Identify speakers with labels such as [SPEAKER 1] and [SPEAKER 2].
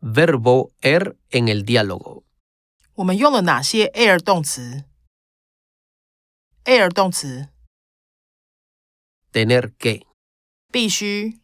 [SPEAKER 1] Verbo er en el diálogo.
[SPEAKER 2] 我们用了哪些 air 动词？air 动词
[SPEAKER 1] Tener que.
[SPEAKER 2] 必须